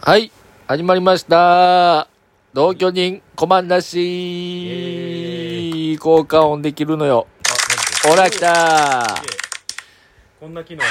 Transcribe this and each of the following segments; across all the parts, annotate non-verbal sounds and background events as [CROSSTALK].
はい、始まりました。同居人、コマンなイエし。交換音できるのよ。あ、マジでほら来たすげえこんな機能あんねや。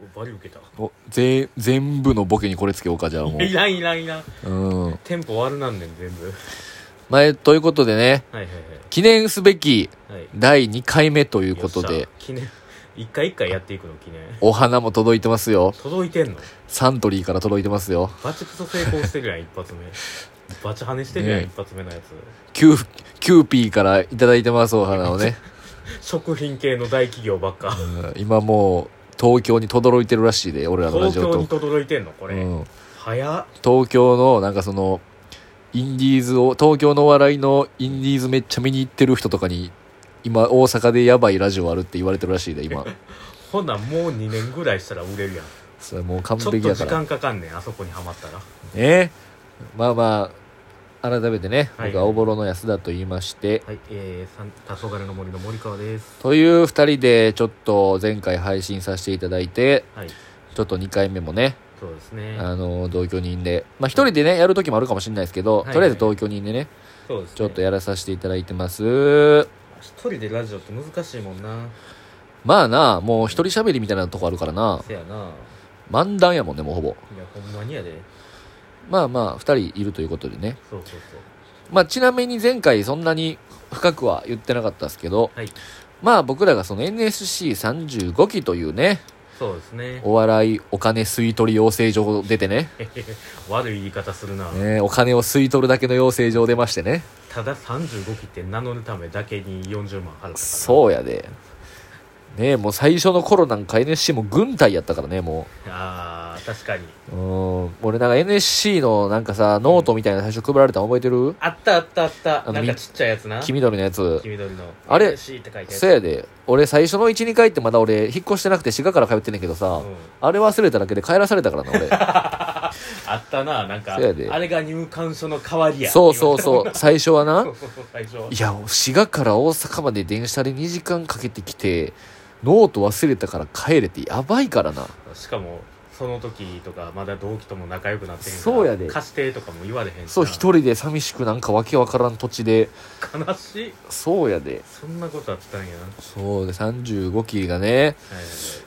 えおバリ受けた。おぜ全部のボケにこれつけようか、じゃあもいらんいらんいらん。う。うん。テンポ悪なんねん、全部。はいまあ、ということでね、はい記念すべきはい。はい。第2回目といとうことで、。記念、一回一回やっていくの、記念。お花も届いてますよ。届いてんのサントリーから届いてますよ。バチクソ成功してるやん、一発目。バチ跳ねしてるやん、ねえ一発目のやつ。キュー、キューピーからいただいてます、お花を [LAUGHS] ね。食品系の大企業ば [LAUGHS] っうか。ん今もう、東京に轟いてるらしいで、俺らのラ東ジオ京とに。届いてんの、こうれ。ん。早っ。東京のなんかそのインディーズを東京のお笑いのインディーズめっちゃ見に行ってる人とかに今大阪でやばいラジオあるって言われてるらしいで [LAUGHS] 今ほな、もう2年ぐらいしたら売れるやん。それもう完ちょっ璧とや時から間かかんねん、あそこにはまったら。えまあまあ改めてね、はい僕はおぼろの安田と言いましてはい、えー、さん黄昏の森の森川です。という2人でちょっと前回配信させていただいてはい、ちょっと2回目もね、そうですね。あの同居人でまあ1人でねやる時もあるかもしれないですけど、はいとりあえず同居人でねそうですね。ちょっとやらさせていただいてます一人でラジオって難しいもんな。まあな、もう一人喋りみたいなとこあるからな。せやな。漫談やもんね、もうほぼ。いや、ほんまにやで。まあまあ、二人いるということでね。そうそうそう。まあちなみに前回そんなに深くは言ってなかったですけど、はい、まあ僕らがその NSC35 期というね、そうですね。お笑いお金吸い取り養成所出てね、悪い言い方するな。ねお金を吸い取るだけの養成所出ましてね。ただ35期って名乗るためだけに40万払ったから。そうやで。ねもう最初の頃なんか NSC も軍隊やったからね、もう。あー、確かに。うん、俺なんか NSC のなんかさ、ノートみたいな最初配られたの覚えてるあったあったあった。あのなんかちっちゃいやつな。黄緑のやつ。黄緑の。あれ C って書いてそやで俺最初の12回ってまだ俺引っ越してなくて滋賀から通ってんねんけどさ、うんあれ忘れただけで帰らされたからな [LAUGHS] 俺あったな、なんか。あそやでれが入館所の代わりや。そうそうそう最初はなそうそうそう。 [LAUGHS] 最初。いや滋賀から大阪まで電車で2時間かけてきてノート忘れたから帰れってやばいからなしかもその時とかまだ同期とも仲良くなってへんからそうやで貸してとかも言われへんしなそう一人で寂しくなんかわけわからん土地で悲しいそうやでそんなことあったんやそうで35期がねはいはいはい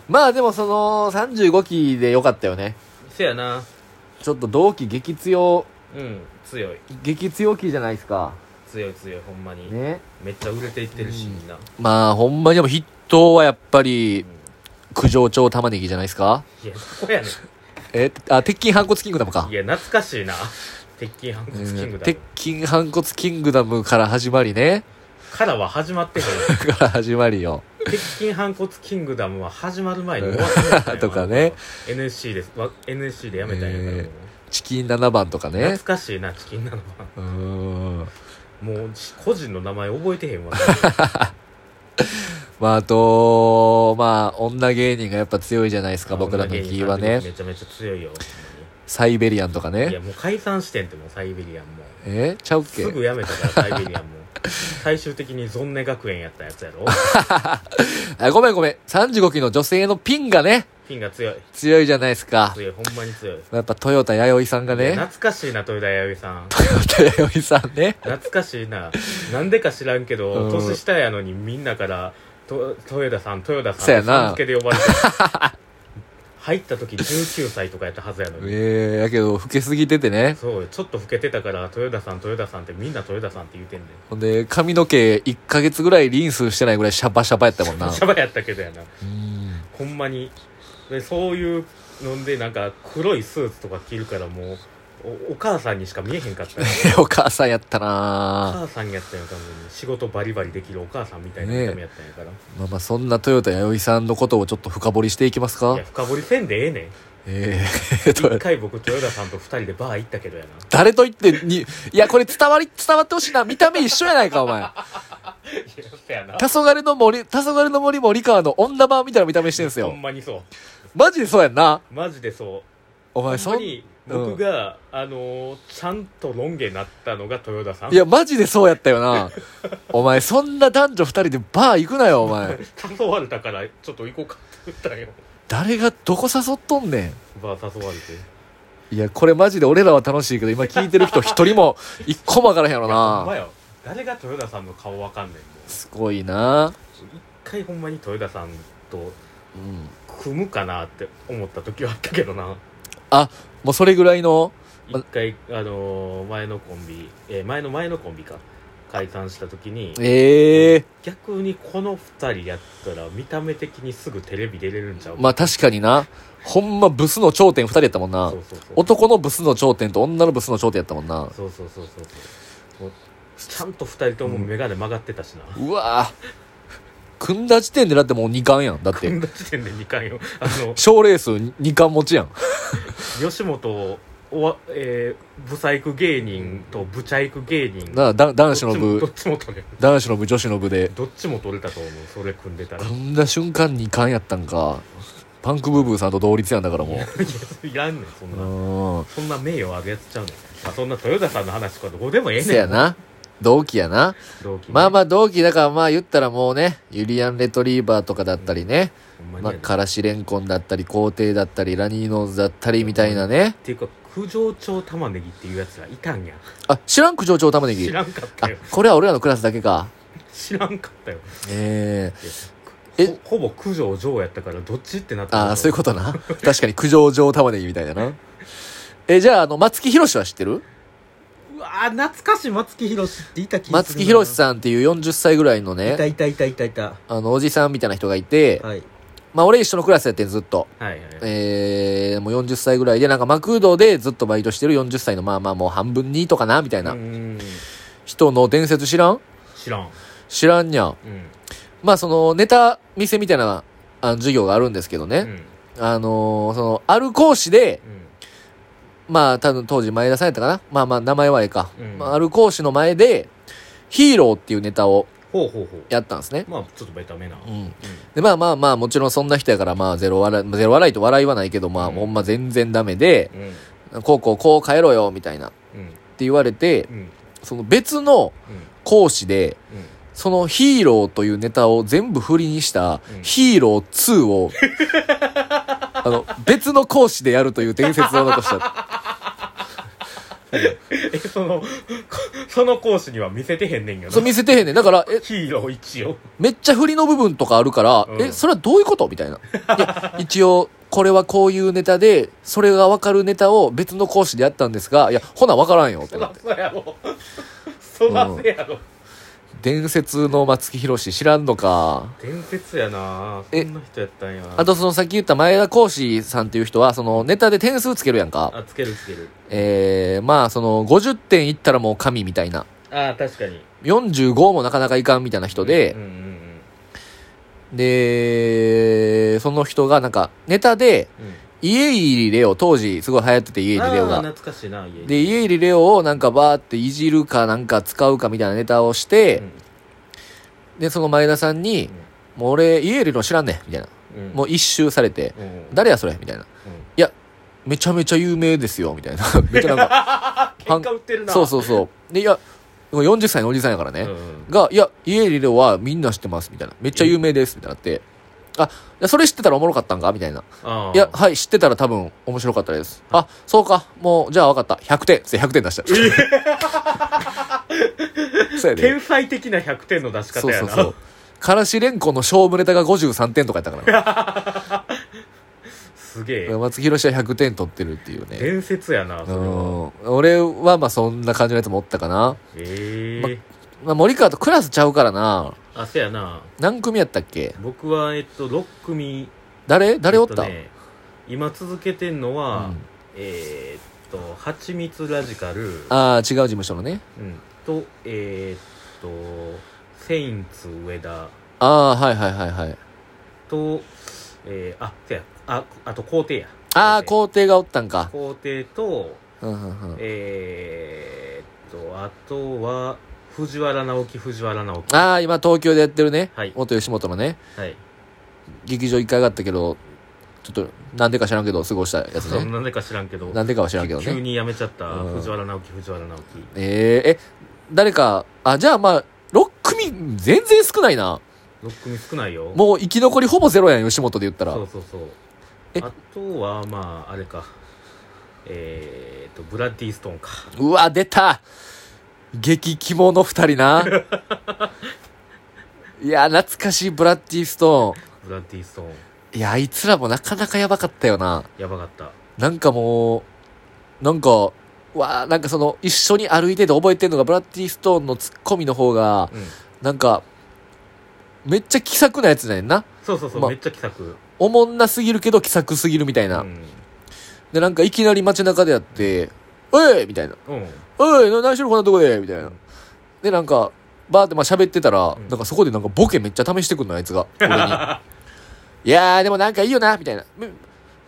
まあでもその35期でよかったよねせやなちょっと同期激強うん強い激強期じゃないですか強い強いほんまに、ねめっちゃ売れていってるし、うんみんな、まあ、ほんまにでも筆頭はやっぱりうん、九条町玉ねぎじゃないですかいやそこやねえ、あ、鉄筋反骨キングダムかんい。や懐かしいな鉄筋反骨キングダム、鉄筋反骨キングダムから始まりね。 [LAUGHS] からは始まってへんから始まりよ。鉄筋反骨キングダムは始まる前に終わって [LAUGHS] たとかね NSC ですわ NSC でやめたんやからもう、えチキン7番とかね懐。かしいなチキンなのはうーん。もう個人の名前覚えてへんわまあ、あと、まあ、女芸人がやっぱ強いじゃないですか、僕らの女芸人気はねめ。ちゃめちゃ強いよサイベリアンとかほんまにいやね。もう解散してんってもうサイベリアンもえちゃうっけすぐやめたからサイベリアン [LAUGHS] も最終的にゾンネ学園やったやつやろあごめんごめん。35期の女性のピンがね、ピンが強い強いじゃないですか。強いほんまに強いやっぱトヨタ弥生さんがね、懐かしいな豊田弥生さん [LAUGHS] トヨタ弥生さんね。懐かしいななんでか知らんけど、うん年下やのにみんなからと豊田さん豊田さんそうやなさん付けで呼ばれて [LAUGHS] る入った時19歳とかやったはずやのにええやけど、老けすぎててね。そうちょっと老けてたから豊田さん豊田さんってみんな豊田さんって言うてんねんほんで、髪の毛1ヶ月ぐらいリンスしてないぐらいシャバシャバやったもんな。シャバやったけどやなうん。ほんまにでそういうのでなんか黒いスーツとか着るからもうおお母さんにしか見えへんか [LAUGHS] ったよお母さんやったおな母さんやったんや完全に仕事バリバリできるお母さんみたいなねえ見た目やったんやから、まあまあ、そんなトヨタ弥生さんのことをちょっと深掘りしていきますいかや深掘りせんでええねんええ一と回僕豊田さんと二人でバー行ったけどやな誰と言ってに、いや、これ伝わり、伝わってほしいな。見た目一緒やないか、お前。 [LAUGHS] いやそやな黄昏の森、黄昏の森森川の女版みたいな見た目してんすほよん。まにそうマジでそうやんな。マジでそうおほ前、んそまん、いに僕が、あのーちゃんとロン毛になったのが豊田さんや、マジでそうやったよな。お前、そんな男女二人でバー行くなよ、お前。 [LAUGHS] 誘われたからちょっと行こうかって言ったんよ誰がどこ誘っとんねバー誘われていんいやこれマジで俺らは楽しいけど今聞いてる人一人も [LAUGHS] 一個もわからへんやろやほんまなよ誰が豊田さんの顔わかんねんもうすごいな一回ほんまに豊田さんとうん組むかなって思った時はあったけどなもうそれぐらいのま一回あのー前のコンビ、えー前の前のコンビか解散した時にええ逆にこの二人やったら見た目的にすぐテレビ出れるんちゃうまあ確かになほんまブスの頂点二人やったもんなそうそうそう男のブスの頂点と女のブスの頂点やったもんなそうそうそうそうそうもうちゃんと二人とも眼鏡曲がってたしな、うわぁ組んだ時点でだってもう2冠やんだっ組てんだ時点で2回をあの賞レース2冠持ちやん吉本をおわ、えー、ブサイク芸人とブチャイク芸人なあだど男っ [LAUGHS] ち子のも部どっちも取れる男子の部女子の部でどっちも取れたと思うそれ組んで [LAUGHS] たら組んだ瞬間2冠やったんかパンクブーブーさんと同率やんだからもいやいらんねんそんな、うそんな名誉あるやつちゃうねん、まあ、そんな豊田さんの話とかどうでもうええんねせんやな同期やな同期ねまあまあ同期だからまあ言ったらもうねユリアンレトリーバーとかだったりね、ほんまにまやあ、なからしれんこんだったり皇帝だったりラニーノーズだったりみたいなねっていうか九条町玉ねぎっていうやつらいたんやあ知らん九条町玉ねぎ知らんかったあよこれは俺らのクラスだけか知らんかったよええいやえほほぼ九条城やったからどっちってなったああそういうこことな確かに九条城玉ねぎみたいだなえじゃああの松木宏は知ってるとうわー懐かしい松木宏っていた気がす松る木宏んさんっていう40歳ぐらいのいたねいたいたいたいたあのおじさんみたいな人がいて、はいまあ俺一緒のクラスやってんずっとはいはいえー、もう40歳ぐらいでなんかマクドでずっとバイトしてる40歳のまあまあもう半分にとかなみたいうなーん人の伝説知らん知らん知らんにゃんうんまあそのネタ見せみたいなあの授業があるんですけどうんね、あのーそのある講師でまあ、多分当時前田さんやったかなまあまあ、名前はええか。うんまあ、ある講師の前で、ヒーローっていうネタをほうほうほうやったんですね。まあちょっとベタめなうん。で、まあまあまあ、もちろんそんな人やから、まあ、ゼロ笑い、まあゼロ笑いと笑いはないけど、まあ、うんほんま全然ダメで、うんこうこうこう帰ろうよ、みたいな。ってうん言われて、うんその別のうん講師で、うんそのヒーローというネタを全部振りにしたうんヒーロー2を、 [LAUGHS] あの、別の講師でやるという伝説を残した。 [LAUGHS] え [LAUGHS] そのその講師には見せてへんねんよなそう見せてへんねん。だから、え、ヒーロー一応めっちゃ振りの部分とかあるから、うんえ、それはどういうことみたいな。いや、一応、これはこういうネタで、それがわかるネタを別の講師でやったんですが、いや、ほなわからんよってそならって。そうやろそらそうやろ伝説の松木宏知らんのか。伝説やなそえんな人やったんやあとそのさっき言った前田講師さんっていう人は、そのネタで点数つけるやんか。あつけるつけるえー、まあその50点いったらもう神みたいな。ああ確かに45もなかなかいかんみたいな人うでん、うんうんで、その人がなんかネタで、うん家入レオ、当時すごい流行ってて家入レオあがー。懐かしいな家にで、家入レオをなんかバーっていじるかなんか使うかみたいなネタをしてう、んで、その前田さんに、もう俺、家入レオ知らんねん、みたいな。うんもう一周されて、うんうん誰やそれみたいな。うんいや、めちゃめちゃ有名ですよ、み [LAUGHS] たいな。めっちゃなんか、喧嘩売ってるなそうそうそう。で、いや、40歳のおじさんやからね。うんうんが、いや、家入レオはみんな知ってます、みたいな。めっちゃ有名です、みたいなって。あ、いやそれ知ってたらおもろかったんかみたいな。あーいや、はい、知ってたら多分面白かったです。あ、そうか、もう、じゃあ分かった。100点。つって100点出した。 [LAUGHS] そうやで。天才的な100点の出しそ方うやそうなそう。からしれんこの勝負ネタが53点とかやったから。すげえ松木宏は100点取ってるっていうね。伝説やなそれうはん。俺はまあそんな感じのやつもおったかな。ええまあ森川とクラスちゃうからな。あせやな何組やったっけ僕はえっと6組誰誰おった、えとね今続けてんのは、うんえーっと「はちみつラジカル」ああ、違う事務所のね。うん、とえーっと「セインツ上田ああ、はいはいはいはい。」と、えー、あせやああと皇帝やああ、皇皇帝がおったんか帝。皇帝とうんうんうん。えー、っとあとは藤原直樹藤原直樹ああ、今東京でやってるね。はい元吉本のね。はい劇場一回上がったけど、ちょっと、なんでか知らんけど、過ごしたやつね。なんでか知らんけどなんでかは知らんけど急ね。に辞めちゃったうん藤原直樹藤原直樹えー、え、誰か、あ、じゃあまあ、6組、全然少ないな。 6組少ないよもう生き残りほぼゼロやん、吉本で言ったらそ。うそうそうえあとはまああれかえー、とブラッディ・ストーンかうわ、出た激肝の二人 [LAUGHS] な。いや、懐かしいブラッディストーブラッディ・ストーンン。いや、あいつらもなかなかやばかったよな。やばかったなんかもう、なんか、わあ、なんかその、一緒に歩いてて覚えてんのが、ブラッディストーンのツッコミの方が、うんなんか、めっちゃ気さくなやつなんやんな。そうそうそう、まめっちゃ気さくおもんなすぎるけど気さくすぎるみたいうな。ん、で、なんかいきなり街中でやって、おいみたいな。うん、おいな何しろこんなとこでみたいなうん。で、なんか、バーってまあ喋ってたら、んなんかそこでなんかボケめっちゃ試してくんの、あい [LAUGHS] つが。俺に。いやー、でもなんかいいよな、みたいな。み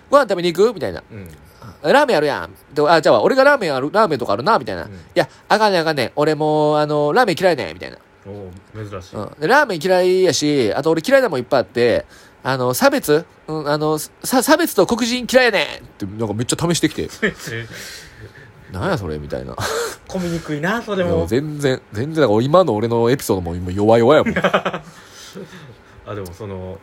ご飯食べに行くみたいな。うんラーメンあるやん。であ、じゃあ俺がラーメンある、ラーメンとかあるな、みたいな。ういんや、あかんねんあかんねん。俺もう、あの、ラーメン嫌いねん、みたいな。おー珍 [LAUGHS] しい、うん、でラーメン嫌いやし、あと俺嫌いなもんいっぱいあって、あの、差別うん、あの、さ差別と黒人嫌いやねんって、なんかめっちゃ試してきて、なんやそれみたいな。込みにくいなそれでももう全然、全然、だから今の俺のエピソードも今弱々やもあでもその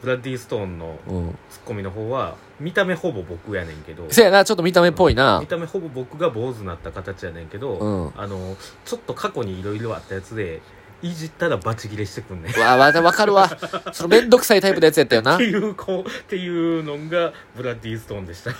ブラッディ・ストーンのん。うん。ツッコミの方は見た目ほぼ僕やねんけどせやな、ちょっと見た目っぽいな見。た目ほぼ僕が坊主になった形やねんけど、うんあのちょっと過去にいろいろあったやつでいじったらバチギレしてくんねんっわ、わ、わかるわ。そのめんどくさいタイプのやつやったよなて。いうこうっていうのがブラッディ・ストーンでした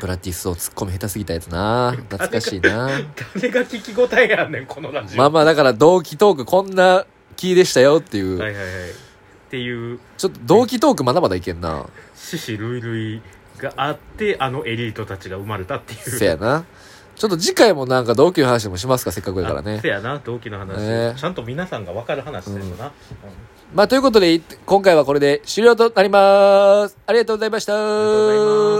ブラティスを突っ込み下手すぎたやつな。懐かしいな。誰が聞き応えやんねんこのラジオ、まあまあ、だから同期トークこんな気でしたよっていう。はいはいはいっていうちょっと同期トークまだまだいけんな。獅子類々があってあのエリートたちが生まれたっていうせやな。ちょっと次回もなんか同期の話もしますか、せっかくだからあねせ。やな同期の話、ねちゃんと皆さんが分かる話だよな、うんまあ、ということで、今回はこれで終了となります。ありがとうございました。ありがとうございます